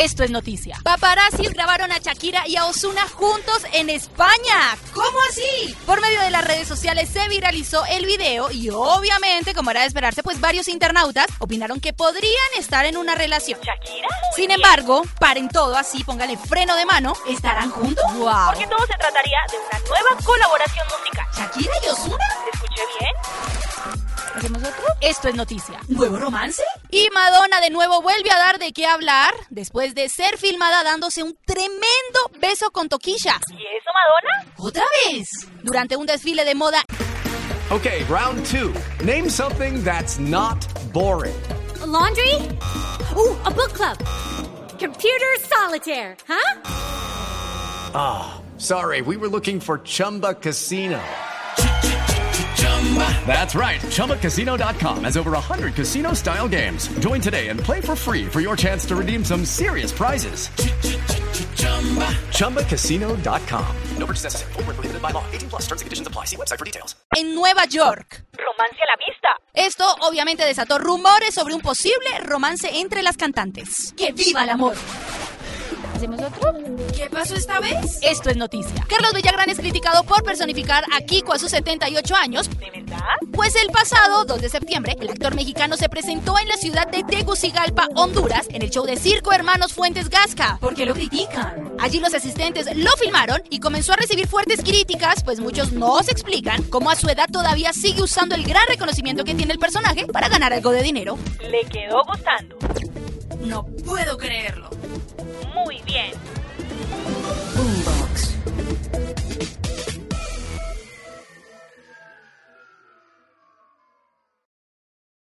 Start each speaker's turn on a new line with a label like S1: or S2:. S1: Esto es noticia.
S2: Paparazzis grabaron a Shakira y a Osuna juntos en España.
S1: ¿Cómo así?
S2: Por medio de las redes sociales se viralizó el video y obviamente, como era de esperarse, pues varios internautas opinaron que podrían estar en una relación.
S1: ¿Shakira?
S2: Sin embargo, paren todo así, póngale freno de mano.
S1: ¿Estarán juntos?
S2: Wow.
S1: Porque todo se trataría de una nueva colaboración musical.
S2: ¿Shakira y Osuna?
S1: ¿Te escuché bien?
S2: ¿Hacemos otro? Esto es noticia.
S1: ¿Nuevo romance?
S2: Y Madonna de nuevo vuelve a dar de qué hablar después de ser filmada dándose un tremendo beso con Toquilla
S1: ¿Y eso, Madonna?
S2: ¿Otra vez? Durante un desfile de moda.
S3: Okay, round two. Name something that's not boring.
S4: laundry? Ooh, a book club. Computer solitaire, huh?
S3: Ah. Sorry, we were looking for Chumba Casino. That's right. ChumbaCasino.com has over 100 casino style games. Join today and play for free for your chance to redeem some serious prizes. ChumbaCasino.com. No purchase necessary. Void where prohibited by law. 18 plus terms and conditions apply. See website for details.
S2: en Nueva York.
S1: Romance a la vista.
S2: Esto obviamente desató rumores sobre un posible romance entre las cantantes.
S1: ¡Que viva el amor!
S2: ¿Hacemos otro?
S1: ¿Qué pasó esta vez?
S2: Esto es noticia. Carlos Villagrán es criticado por personificar a Kiko a sus 78 años,
S1: ¿De verdad?
S2: pues el pasado 2 de septiembre el actor mexicano se presentó en la ciudad de Tegucigalpa, Honduras, en el show de Circo Hermanos Fuentes Gasca.
S1: ¿Por qué lo critican?
S2: Allí los asistentes lo filmaron y comenzó a recibir fuertes críticas, pues muchos no se explican cómo a su edad todavía sigue usando el gran reconocimiento que tiene el personaje para ganar algo de dinero.
S1: Le quedó gustando.
S2: No puedo creerlo.
S1: Muy bien.